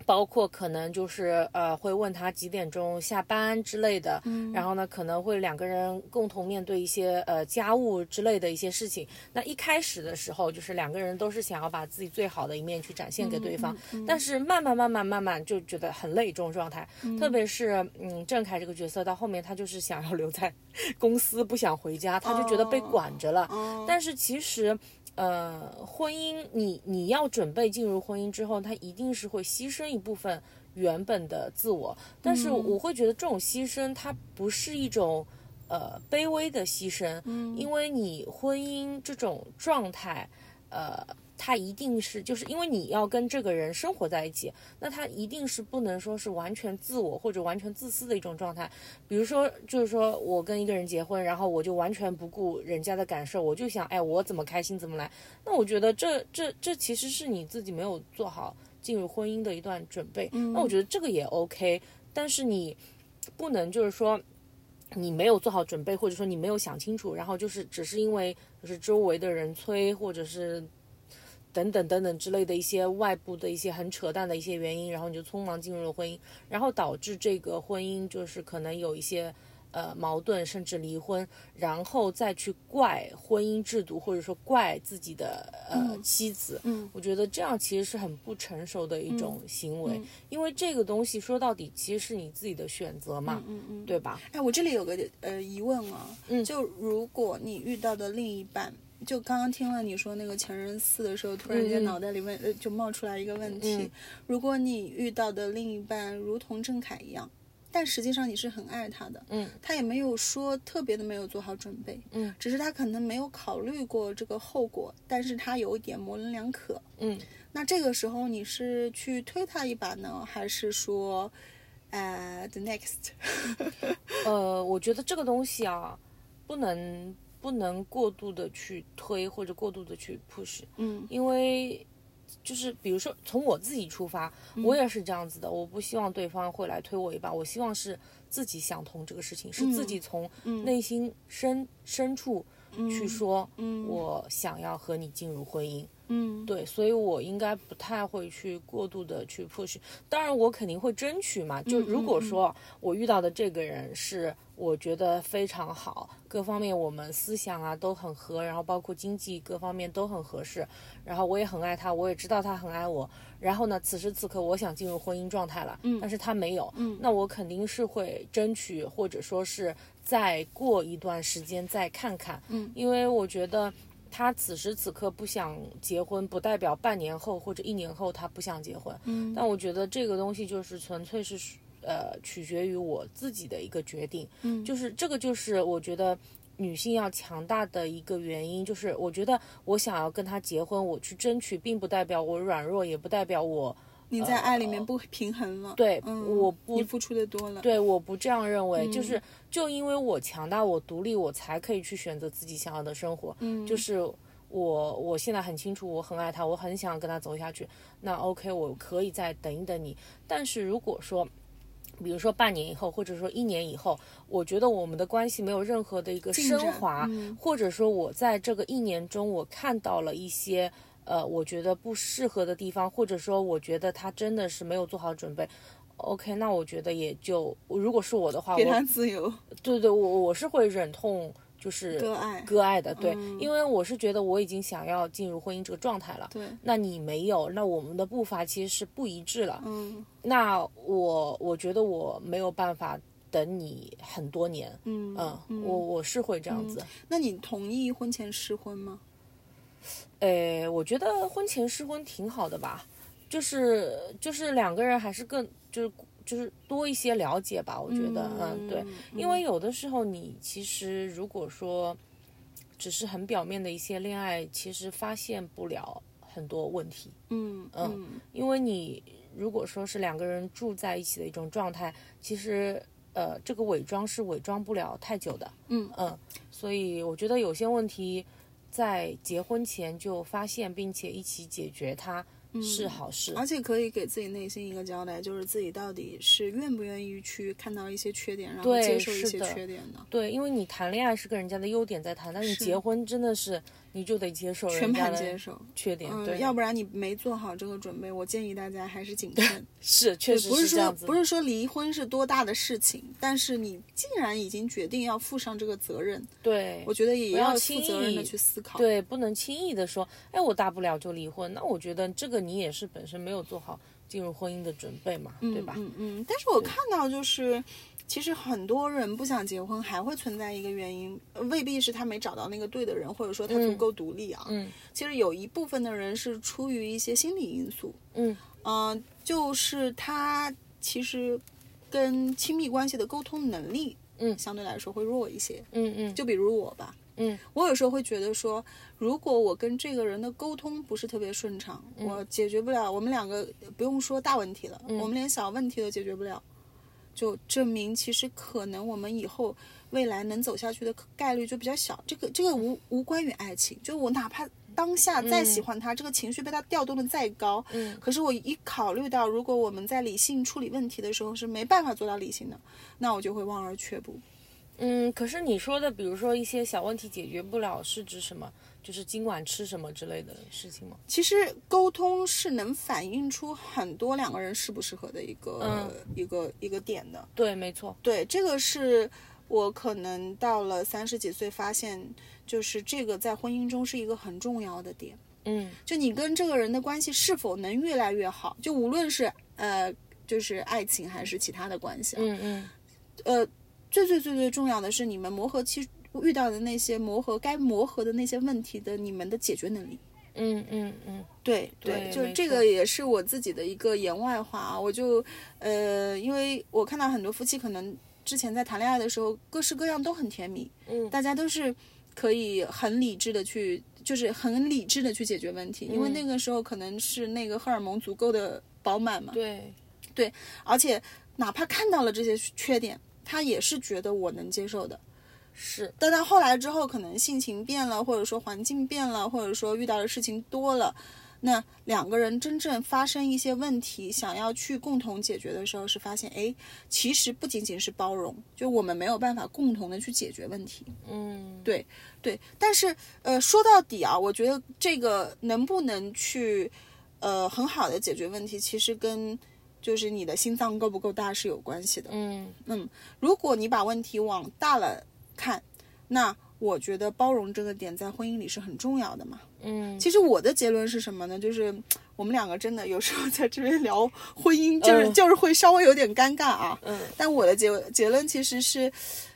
Speaker 2: 包括可能就是呃会问他几点钟下班之类的，然后呢可能会两个人共同面对一些呃家务之类的一些事情。那一开始的时候，就是两个人都是想要把自己最好的一面去展现给对
Speaker 1: 嗯
Speaker 2: 方，但是慢慢慢慢慢慢就觉得很累这种状态，特别是嗯郑恺这个角色到后面他就是想要留在公司，不想回家，他就觉得被
Speaker 1: 哦
Speaker 2: 管着了。
Speaker 1: 哦
Speaker 2: 但是其实，呃，婚姻，你你要准备进入婚姻之后，它一定是会牺牲一部分原本的自我。但是
Speaker 1: 嗯
Speaker 2: 我会觉得这种牺牲，它不是一种呃卑微的牺牲，
Speaker 1: 嗯
Speaker 2: 因为你婚姻这种状态，呃。它一定是，就是因为你要跟这个人生活在一起，那他一定是不能说是完全自我或者完全自私的一种状态。比如说，就是说我跟一个人结婚，然后我就完全不顾人家的感受，我就想，哎，我怎么开心怎么来。那我觉得这这这其实是你自己没有做好进入婚姻的一段准备。那我觉得这个也 OK，但是你不能就是说。你没有做好准备，或者说你没有想清楚，然后就是只是因为就是周围的人催，或者是等等等等之类的一些外部的一些很扯淡的一些原因，然后你就匆忙进入了婚姻，然后导致这个婚姻就是可能有一些呃矛盾，甚至离婚，然后再去怪婚姻制度，或者说怪自己的呃、妻子。
Speaker 1: 嗯
Speaker 2: 我觉得这样其实是很不成熟的一种行
Speaker 1: 嗯
Speaker 2: 为，因为这个东西说到底其实是你自己的选择嘛，
Speaker 1: 嗯嗯。
Speaker 2: 对吧？
Speaker 1: 哎，我这里有个呃疑问啊，
Speaker 2: 嗯
Speaker 1: 就如果你遇到的另一半，就刚刚听了你说那个前任四的时候，突然间
Speaker 2: 嗯嗯
Speaker 1: 脑袋里问、呃就冒出来一个问题：
Speaker 2: 嗯
Speaker 1: 如果你遇到的另一半如同郑恺一样，但实际上你是很爱他的，
Speaker 2: 嗯，
Speaker 1: 他也没有说特别的没有做好准备，
Speaker 2: 嗯，
Speaker 1: 只是他可能没有考虑过这个后果，但是他有一点模棱两可，
Speaker 2: 嗯，
Speaker 1: 那这个时候你是去推他一把呢，还是说，呃，the next？
Speaker 2: 呃，我觉得这个东西啊，不能不能过度的去推或者过度的去 push，
Speaker 1: 嗯
Speaker 2: 因为就是比如说从我自己出发，
Speaker 1: 嗯
Speaker 2: 我也是这样子的，我不希望对方会来推我一把，我希望是自己想通这个事情，是
Speaker 1: 嗯
Speaker 2: 自己从内心深、深处去说，
Speaker 1: 嗯
Speaker 2: 我想要和你进入婚姻。
Speaker 1: 嗯，
Speaker 2: 对，所以我应该不太会去过度的去嗯 push。当然，我肯定会争取嘛。就如果说我遇到的这个人是我觉得非常好，各方面我们思想啊都很合，然后包括经济各方面都很合适，然后我也很爱他，我也知道他很爱我，然后呢，此时此刻我想进入婚姻状态了，嗯，但是他没有，嗯，那我肯定是会争取，或者说是再过一段时间再看看，嗯，因为我觉得。他此时此刻不想结婚，不代表半年后或者一年后他不想结婚。嗯，但我觉得这个东西就是纯粹是呃取决于我自己的一个决定。嗯，就是这个就是我觉得女性要强大的一个原因，就是我觉得我想要跟他结婚，我去争取，并不代表我软弱，也不代表我。
Speaker 1: 你在爱里面不平衡了，呃、
Speaker 2: 对，
Speaker 1: 嗯、
Speaker 2: 我不
Speaker 1: 你付出的多了，
Speaker 2: 对，我不这样认为，嗯、就是就因为我强大，我独立，我才可以去选择自己想要的生活，嗯，就是我我现在很清楚，我很爱他，我很想跟他走下去，那 OK，我可以再等一等你，但是如果说。比如说半年以后，或者说一年以后，我觉得我们的关系没有任何的一个升华，
Speaker 1: 嗯、
Speaker 2: 或者说我在这个一年中，我看到了一些呃，我觉得不适合的地方，或者说我觉得他真的是没有做好准备。OK，那我觉得也就，如果是我的话，
Speaker 1: 给他自由。
Speaker 2: 对对，我我是会忍痛。就是
Speaker 1: 割爱，
Speaker 2: 割爱的，对，
Speaker 1: 嗯、
Speaker 2: 因为我是觉得我已经想要进入婚姻这个状态了，
Speaker 1: 对，
Speaker 2: 那你没有，那我们的步伐其实是不一致了，
Speaker 1: 嗯，
Speaker 2: 那我我觉得我没有办法等你很多年，
Speaker 1: 嗯
Speaker 2: 嗯，
Speaker 1: 嗯
Speaker 2: 我我是会这样子、
Speaker 1: 嗯。那你同意婚前试婚吗？
Speaker 2: 诶，呃我觉得婚前试婚挺好的吧，就是就是两个人还是更就是就是多一些了解吧，我觉得，嗯，对，因为有的时候你其实如果说只是很表面的一些恋爱，其实发现不了很多问题，
Speaker 1: 嗯嗯，
Speaker 2: 因为你如果说是两个人住在一起的一种状态，其实呃这个伪装是伪装不了太久的，
Speaker 1: 嗯
Speaker 2: 嗯，所以我觉得有些问题在结婚前就发现并且一起解决它
Speaker 1: 嗯
Speaker 2: 是好事，
Speaker 1: 而且可以给自己内心一个交代，就是自己到底是愿不愿意去看到一些缺点，然后
Speaker 2: 对
Speaker 1: 接受一
Speaker 2: 是
Speaker 1: 些
Speaker 2: 的
Speaker 1: 缺点呢？
Speaker 2: 对，因为你谈恋爱是跟人家的优点在谈，但是你
Speaker 1: 是
Speaker 2: 结婚真的是你就得接受
Speaker 1: 全
Speaker 2: 人家
Speaker 1: 盘接
Speaker 2: 的
Speaker 1: 受，
Speaker 2: 缺点，对，
Speaker 1: 嗯，要不然你没做好这个准备，我建议大家还是谨慎。
Speaker 2: 是确实
Speaker 1: 不是
Speaker 2: 这
Speaker 1: 说
Speaker 2: 样子，
Speaker 1: 不是说离婚是多大的事情，但是你既然已经决定要负上这个责任，
Speaker 2: 对
Speaker 1: 我觉得也
Speaker 2: 不要
Speaker 1: 要负
Speaker 2: 轻
Speaker 1: 责任的
Speaker 2: 易
Speaker 1: 去思考。
Speaker 2: 对，不能轻易的说，哎，我大不了就离婚，那我觉得这个你也是本身没有做好进入婚姻的准备嘛，对吧？
Speaker 1: 嗯嗯，但是我看到就是，其实很多人不想结婚，还会存在一个原因，呃未必是他没找到那个对的人，或者说他足
Speaker 2: 嗯
Speaker 1: 够独立啊。
Speaker 2: 嗯
Speaker 1: 其实有一部分的人是出于一些心理因素，
Speaker 2: 嗯
Speaker 1: 嗯、就是他其实跟亲密关系的沟通能力，
Speaker 2: 嗯
Speaker 1: 相对来说会弱一些。
Speaker 2: 嗯嗯
Speaker 1: 就比如我吧，
Speaker 2: 嗯，
Speaker 1: 我有时候会觉得说，如果我跟这个人的沟通不是特别顺畅，
Speaker 2: 嗯
Speaker 1: 我解决不了，我们两个不用说大问题了，我们连小问题都解决不了，就证明其实可能我们以后未来能走下去的概率就比较小。这个这个无无关于爱情，就我哪怕。当下再喜欢他，这个情绪被他调动的再高，
Speaker 2: 嗯
Speaker 1: 可是我一考虑到，如果我们在理性处理问题的时候是没办法做到理性的，那我就会望而却步。
Speaker 2: 嗯。可是你说的，比如说一些小问题解决不了，是指什么？就是今晚吃什么之类的事情吗？
Speaker 1: 其实沟通是能反映出很多两个人适不适合的一个、一个一个点的。
Speaker 2: 对，没错。
Speaker 1: 对，这个是我可能到了三十几岁发现，就是这个在婚姻中是一个很重要的点。
Speaker 2: 嗯
Speaker 1: 就你跟这个人的关系是否能越来越好，就无论是呃，就是爱情还是其他的关系啊，
Speaker 2: 嗯嗯
Speaker 1: 呃，最最最最重要的是你们磨合期遇到的那些磨合该磨合的那些问题的你们的解决能力。
Speaker 2: 嗯嗯嗯
Speaker 1: 对
Speaker 2: 对
Speaker 1: 就
Speaker 2: 没
Speaker 1: 这
Speaker 2: 错
Speaker 1: 个也是我自己的一个言外话啊。我就呃，因为我看到很多夫妻可能之前在谈恋爱的时候，各式各样都很甜蜜，
Speaker 2: 嗯
Speaker 1: 大家都是可以很理智的去，就是很理智的去解决问题，因为
Speaker 2: 嗯
Speaker 1: 那个时候可能是那个荷尔蒙足够的饱满嘛，
Speaker 2: 对，
Speaker 1: 而且哪怕看到了这些缺点，他也是觉得我能接受的。
Speaker 2: 是，
Speaker 1: 但到后来之后，可能性情变了，或者说环境变了，或者说遇到的事情多了，那两个人真正发生一些问题，想要去共同解决的时候，是发现，哎，其实不仅仅是包容，就我们没有办法共同的去解决问题。
Speaker 2: 嗯
Speaker 1: 对对，但是呃，说到底啊，我觉得这个能不能去呃很好的解决问题，其实跟就是你的心脏够不够大是有关系的。
Speaker 2: 嗯
Speaker 1: 嗯，如果你把问题往大了看，那我觉得包容这个点在婚姻里是很重要的嘛。
Speaker 2: 嗯，
Speaker 1: 其实我的结论是什么呢？就是我们两个真的有时候在这边聊婚姻，就是、
Speaker 2: 嗯
Speaker 1: 就是会稍微有点尴尬啊。
Speaker 2: 嗯，
Speaker 1: 但我的结结论其实是，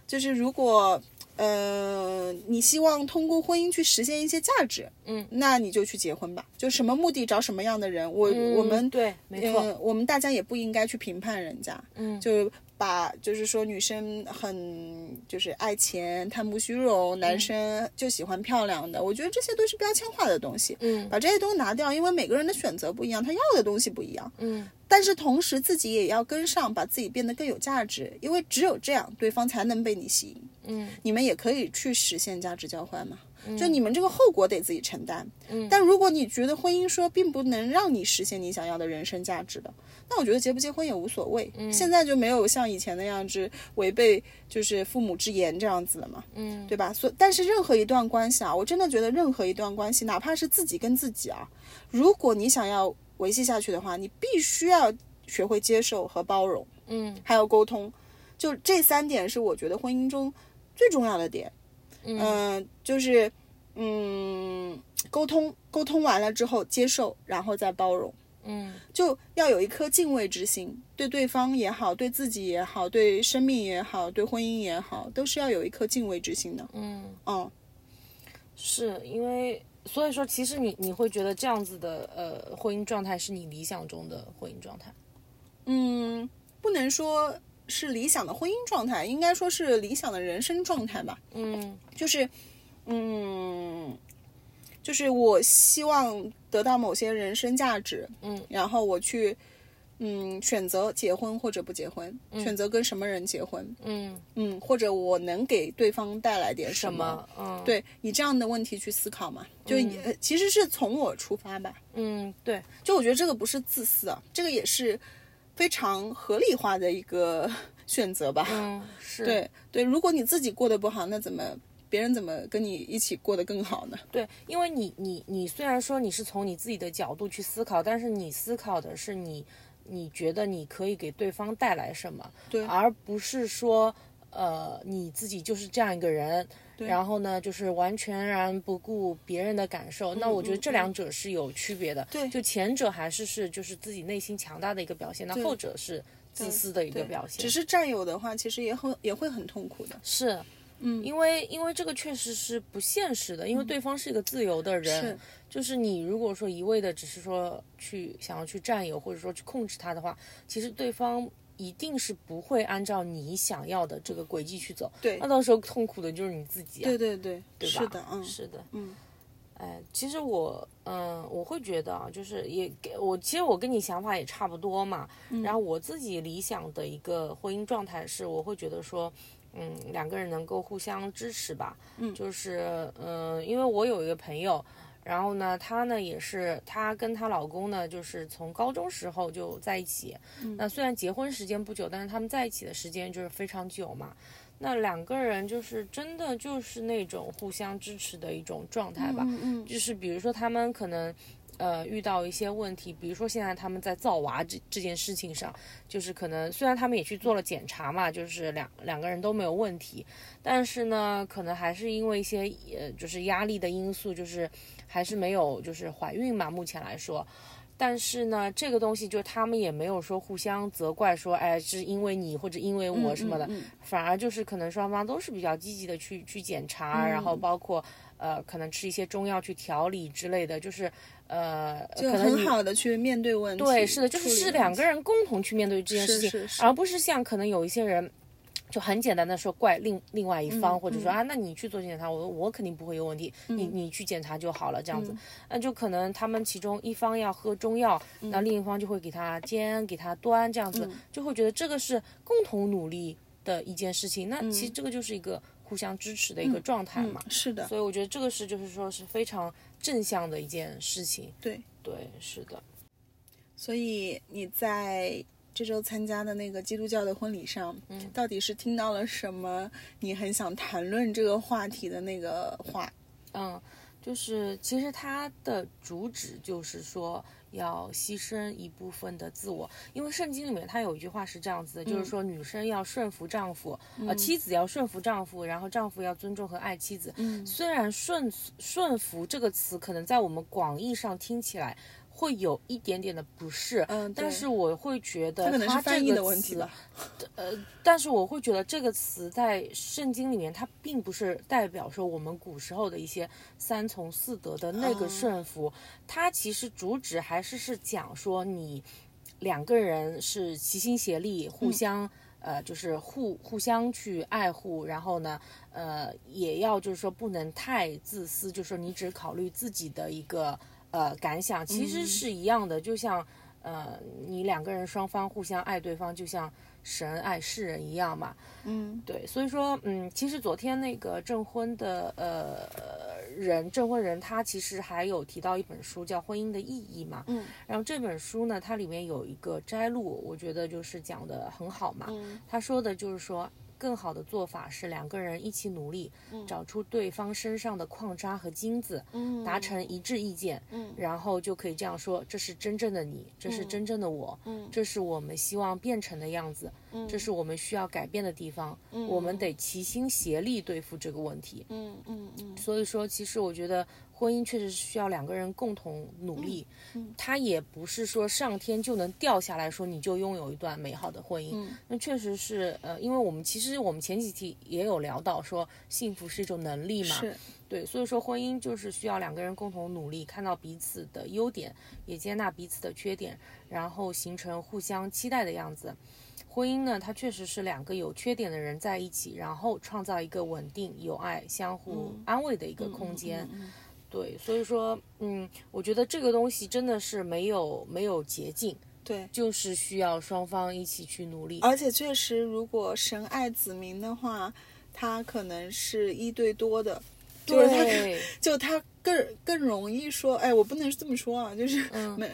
Speaker 1: 就是如果呃你希望通过婚姻去实现一些价值，
Speaker 2: 嗯，
Speaker 1: 那你就去结婚吧。就什么目的找什么样的人，我、
Speaker 2: 嗯
Speaker 1: 我们
Speaker 2: 对，没错，
Speaker 1: 呃，我们大家也不应该去评判人家，
Speaker 2: 嗯
Speaker 1: 就把就是说女生很就是爱钱、贪慕虚荣，男
Speaker 2: 嗯
Speaker 1: 生就喜欢漂亮的，我觉得这些都是标签化的东西，
Speaker 2: 嗯
Speaker 1: 把这些东西拿掉，因为每个人的选择不一样，他要的东西不一样，
Speaker 2: 嗯
Speaker 1: 但是同时自己也要跟上，把自己变得更有价值，因为只有这样，对方才能被你吸引。
Speaker 2: 嗯
Speaker 1: 你们也可以去实现价值交换嘛。就你们这个后果得自己承担。
Speaker 2: 嗯
Speaker 1: 但如果你觉得婚姻说并不能让你实现你想要的人生价值的，那我觉得结不结婚也无所谓。
Speaker 2: 嗯
Speaker 1: 现在就没有像以前那样子违背就是父母之言这样子了嘛，
Speaker 2: 嗯，
Speaker 1: 对吧？所但是任何一段关系啊，我真的觉得任何一段关系，哪怕是自己跟自己啊，如果你想要维系下去的话，你必须要学会接受和包容。
Speaker 2: 嗯
Speaker 1: 还有沟通，就这三点是我觉得婚姻中最重要的点。嗯、就是嗯，沟通，沟通完了之后接受，然后再包容，
Speaker 2: 嗯
Speaker 1: 就要有一颗敬畏之心，对对方也好，对自己也好，对生命也好，对婚姻也好，都是要有一颗敬畏之心的。
Speaker 2: 嗯。
Speaker 1: 嗯，
Speaker 2: 是因为，所以说，其实你你会觉得这样子的呃婚姻状态是你理想中的婚姻状态。
Speaker 1: 嗯，不能说是理想的婚姻状态，应该说是理想的人生状态吧。
Speaker 2: 嗯
Speaker 1: 就是，嗯，就是我希望得到某些人生价值，
Speaker 2: 嗯，
Speaker 1: 然后我去，嗯，选择结婚或者不结婚，选择跟什么人结婚，
Speaker 2: 嗯，
Speaker 1: 嗯，或者我能给对方带来点
Speaker 2: 什
Speaker 1: 么。
Speaker 2: 么？嗯，，
Speaker 1: 对以这样的问题去思考嘛，就也、呃其实是从我出发吧。
Speaker 2: 嗯对，
Speaker 1: 就我觉得这个不是自私啊，这个也是非常合理化的一个 选择吧。
Speaker 2: 嗯是，
Speaker 1: 对对，如果你自己过得不好，那怎么别人怎么跟你一起过得更好呢？
Speaker 2: 对，因为你你你虽然说你是从你自己的角度去思考，但是你思考的是你你觉得你可以给对方带来什么，
Speaker 1: 对
Speaker 2: 而不是说呃你自己就是这样一个人。然后呢，就是完全然不顾别人的感受，那我觉得这两者是有区别的。
Speaker 1: 嗯对
Speaker 2: 就前者还是是就是自己内心强大的一个表现，那
Speaker 1: 对
Speaker 2: 后者是自私的一个
Speaker 1: 对
Speaker 2: 表现。
Speaker 1: 只是占有的话，其实也很也会很痛苦的。
Speaker 2: 是，嗯，因为因为这个确实是不现实的，因为对方是一个自由的
Speaker 1: 嗯
Speaker 2: 人，
Speaker 1: 是
Speaker 2: 就是你如果说一味的只是说去想要去占有或者说去控制他的话，其实对方。一定是不会按照你想要的这个轨迹去走，
Speaker 1: 对
Speaker 2: 那到时候痛苦的就是你自己、啊，
Speaker 1: 对对对，
Speaker 2: 嗯对吧？
Speaker 1: 是的，嗯，
Speaker 2: 是的，
Speaker 1: 嗯，
Speaker 2: 哎，其实我，嗯，我会觉得啊，就是也给我，其实我跟你想法也差不多嘛。然后我自己理想的一个婚姻状态是，我会觉得说，嗯，两个人能够互相支持吧。嗯，就是，嗯，因为我有一个朋友。然后呢，她呢也是，她跟她老公呢，就是从高中时候就在一起。那虽然结婚时间不久，但是他们在一起的时间就是非常久嘛。那两个人就是真的就是那种互相支持的一种状态吧。
Speaker 1: 嗯嗯
Speaker 2: 就是比如说他们可能。呃，遇到一些问题，比如说现在他们在造娃这这件事情上，就是可能虽然他们也去做了检查嘛，就是两两个人都没有问题，但是呢，可能还是因为一些呃，就是压力的因素，就是还是没有就是怀孕嘛，目前来说。但是呢，这个东西就他们也没有说互相责怪说，哎，是因为你或者因为我什么的，
Speaker 1: 嗯嗯嗯
Speaker 2: 反而就是可能双方都是比较积极的去去检查，
Speaker 1: 嗯
Speaker 2: 然后包括呃，可能吃一些中药去调理之类的，就是呃，
Speaker 1: 就
Speaker 2: 可能
Speaker 1: 很
Speaker 2: 你
Speaker 1: 好的去面对问题。
Speaker 2: 对，是的，就是
Speaker 1: 处理
Speaker 2: 是
Speaker 1: 问
Speaker 2: 两
Speaker 1: 题
Speaker 2: 个人共同去面对这件事
Speaker 1: 是
Speaker 2: 情，
Speaker 1: 是是
Speaker 2: 而不是像可能有一些人。就很简单的说怪另另外一方，
Speaker 1: 嗯
Speaker 2: 或者说、啊，那你去做检查，我我肯定不会有问题，你你去检查就好了，这样子，
Speaker 1: 嗯
Speaker 2: 那就可能他们其中一方要喝中药，
Speaker 1: 嗯
Speaker 2: 那另一方就会给他煎，给他端，这样子、就会觉得这个是共同努力的一件事情，那其实这个就是一个互相支持的一个状态嘛，
Speaker 1: 嗯是的，
Speaker 2: 所以我觉得这个是就是说是非常正向的一件事情，
Speaker 1: 对。
Speaker 2: 对，是的，
Speaker 1: 所以你在这周参加的那个基督教的婚礼上，到底是听到了什么？你很想谈论这个话题的那个话？
Speaker 2: 嗯，就是其实它的主旨就是说要牺牲一部分的自我，因为圣经里面它有一句话是这样子的，就是
Speaker 1: 嗯
Speaker 2: 说女生要顺服丈夫，呃，妻子要顺服丈夫，然后丈夫要尊重和爱妻子。
Speaker 1: 嗯
Speaker 2: 虽然顺顺服这个词可能在我们广义上听起来会有一点点的不适，
Speaker 1: 嗯，
Speaker 2: 但
Speaker 1: 对
Speaker 2: 是我会觉得
Speaker 1: 它可能是
Speaker 2: 它
Speaker 1: 翻
Speaker 2: 这
Speaker 1: 译
Speaker 2: 个
Speaker 1: 的问题
Speaker 2: 词
Speaker 1: 吧。
Speaker 2: 呃，但是我会觉得这个词在圣经里面，它并不是代表说我们古时候的一些三从四德的那个顺服，它其实主旨还是是讲说你两个人是齐心协力，互相、呃就是互互相去爱护，然后呢，呃也要就是说不能太自私，就是说你只考虑自己的一个呃感想，其实是一样的，就像。呃，你两个人双方互相爱对方，就像神爱世人一样嘛。
Speaker 1: 嗯
Speaker 2: 对，所以说，嗯，其实昨天那个证婚的呃人，证婚人他其实还有提到一本书叫《婚姻的意义》嘛。
Speaker 1: 嗯
Speaker 2: 然后这本书呢，它里面有一个摘录，我觉得就是讲的很好嘛。
Speaker 1: 嗯
Speaker 2: 他说的就是说，更好的做法是两个人一起努力，找出对方身上的矿渣和金子，
Speaker 1: 嗯，
Speaker 2: 达成一致意见，
Speaker 1: 嗯
Speaker 2: 然后就可以这样说：这是真正的你，这是真正的我，
Speaker 1: 嗯
Speaker 2: 这是我们希望变成的样子，
Speaker 1: 嗯
Speaker 2: 这是我们需要改变的地方，我们得齐心协力对付这个问题。
Speaker 1: 嗯嗯嗯
Speaker 2: 所以说，其实我觉得婚姻确实是需要两个人共同
Speaker 1: 嗯
Speaker 2: 努力，它也不是说上天就能掉下来说你就拥有一段美好的婚姻。
Speaker 1: 嗯
Speaker 2: 那确实是，呃，因为我们其实我们前几期也有聊到说，幸福是一种能力嘛，
Speaker 1: 是
Speaker 2: 对，所以说婚姻就是需要两个人共同努力，看到彼此的优点，也接纳彼此的缺点，然后形成互相期待的样子。婚姻呢，它确实是两个有缺点的人在一起，然后创造一个稳定、有爱、相互安慰的一个空间。
Speaker 1: 嗯
Speaker 2: 对，所以说，嗯，我觉得这个东西真的是没有没有捷径，
Speaker 1: 对。
Speaker 2: 就是需要双方一起去努力。
Speaker 1: 而且确实，如果神爱子民的话，他可能是一对多的，就是他
Speaker 2: 对，
Speaker 1: 就他更更容易说，哎，我不能这么说啊，就是
Speaker 2: 嗯
Speaker 1: 没、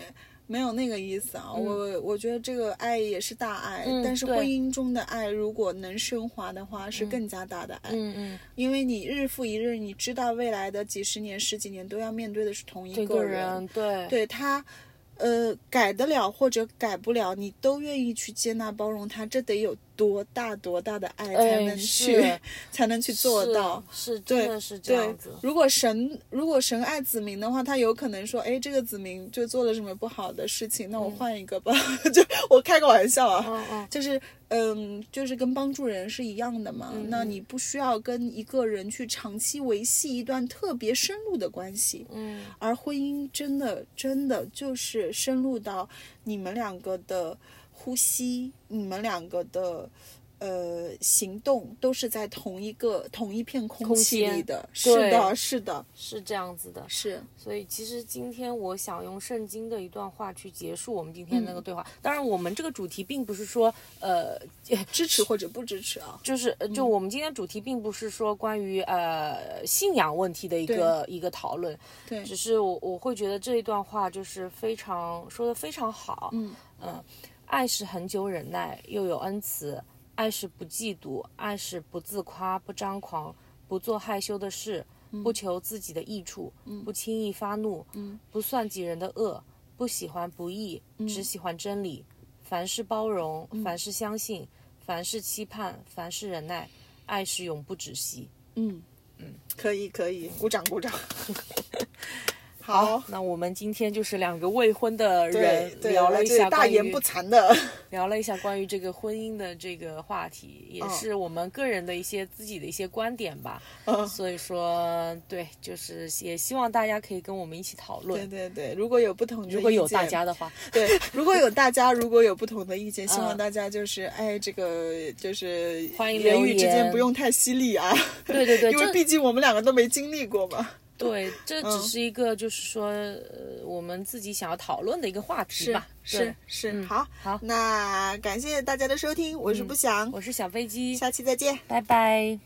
Speaker 1: 没有那个意思啊。我我觉得这个爱也是大爱，
Speaker 2: 嗯
Speaker 1: 但是
Speaker 2: 对
Speaker 1: 婚姻中的爱如果能升华的话，是更加大的爱，
Speaker 2: 嗯嗯，
Speaker 1: 因为你日复一日，你知道未来的几十年、十几年都要面对的是同一
Speaker 2: 这
Speaker 1: 个
Speaker 2: 个人对
Speaker 1: 对他，呃，改得了或者改不了，你都愿意去接纳包容他，这得有多大多大的爱才
Speaker 2: 哎
Speaker 1: 能
Speaker 2: 是
Speaker 1: 去、 才能去做
Speaker 2: 是
Speaker 1: 到？
Speaker 2: 是
Speaker 1: 对
Speaker 2: 真的是这
Speaker 1: 对
Speaker 2: 样子。，
Speaker 1: 如果神如果神爱子民的话，他有可能说，哎，这个子民就做了什么不好的事情，那我换一个吧。 就我开个玩笑啊，
Speaker 2: 嗯嗯。
Speaker 1: 就是嗯，就是跟帮助人是一样的嘛。
Speaker 2: 嗯
Speaker 1: 那你不需要跟一个人去长期维系一段特别深入的关系，
Speaker 2: 嗯
Speaker 1: 而婚姻真的真的就是深入到你们两个的呼吸，你们两个的呃行动都是在同一个同一片空
Speaker 2: 空
Speaker 1: 气里
Speaker 2: 间
Speaker 1: 的。是
Speaker 2: 对
Speaker 1: 的，是的，，
Speaker 2: 是这样子的。
Speaker 1: 是
Speaker 2: 所以其实今天我想用圣经的一段话去结束我们今天那个
Speaker 1: 嗯
Speaker 2: 对话。当然，我们这个主题并不是说，呃，
Speaker 1: 支持或者不支持啊？
Speaker 2: 就是呃就我们今天主题并不是说关于呃信仰问题的一个一个讨论，
Speaker 1: 对
Speaker 2: 只是我我会觉得这一段话就是非常说的非常好。
Speaker 1: 嗯
Speaker 2: 嗯爱是恒久忍耐，又有恩慈；爱是不嫉妒，爱是不自夸，不张狂，不做害羞的事，
Speaker 1: 嗯
Speaker 2: 不求自己的益处，不轻易发怒，不算计人的恶，不喜欢不义，
Speaker 1: 嗯
Speaker 2: 只喜欢真理。凡事包容，凡事相信，凡事期盼，凡事忍耐，爱是永不止息。
Speaker 1: 嗯嗯，可以可以，鼓掌鼓 掌。好，
Speaker 2: 那我们今天就是两个未婚的
Speaker 1: 对
Speaker 2: 人
Speaker 1: 哦对，
Speaker 2: 聊了
Speaker 1: 来
Speaker 2: 一
Speaker 1: 这里
Speaker 2: 下
Speaker 1: 大
Speaker 2: 关于
Speaker 1: 言不惭的。
Speaker 2: 聊了一下关于这个婚姻的这个话题，也是我们个人的一些自己的一些观点吧。
Speaker 1: 嗯
Speaker 2: 所以说，对，就是也希望大家可以跟我们一起讨
Speaker 1: 对
Speaker 2: 论。
Speaker 1: 对对，如果有不同的意见，
Speaker 2: 如果有大家的话，
Speaker 1: 对，如果有大家如果有不同的意见，希望
Speaker 2: 嗯
Speaker 1: 大家就是哎，这个就是
Speaker 2: 欢迎
Speaker 1: 言
Speaker 2: 留
Speaker 1: 语之
Speaker 2: 言
Speaker 1: 间不用太犀利啊，
Speaker 2: 对对对，
Speaker 1: 因为
Speaker 2: 这
Speaker 1: 毕嗯竟我们两个都没经历过嘛。
Speaker 2: 对这只是一个就是说，呃，我们自己想要讨论的一个话题
Speaker 1: 是
Speaker 2: 吧。
Speaker 1: 是
Speaker 2: 对，
Speaker 1: 是，
Speaker 2: 嗯
Speaker 1: 好，
Speaker 2: 好
Speaker 1: 那感谢大家的收听，我是不
Speaker 2: 嗯
Speaker 1: 想，
Speaker 2: 我是小飞机，
Speaker 1: 下期再见。
Speaker 2: 拜拜。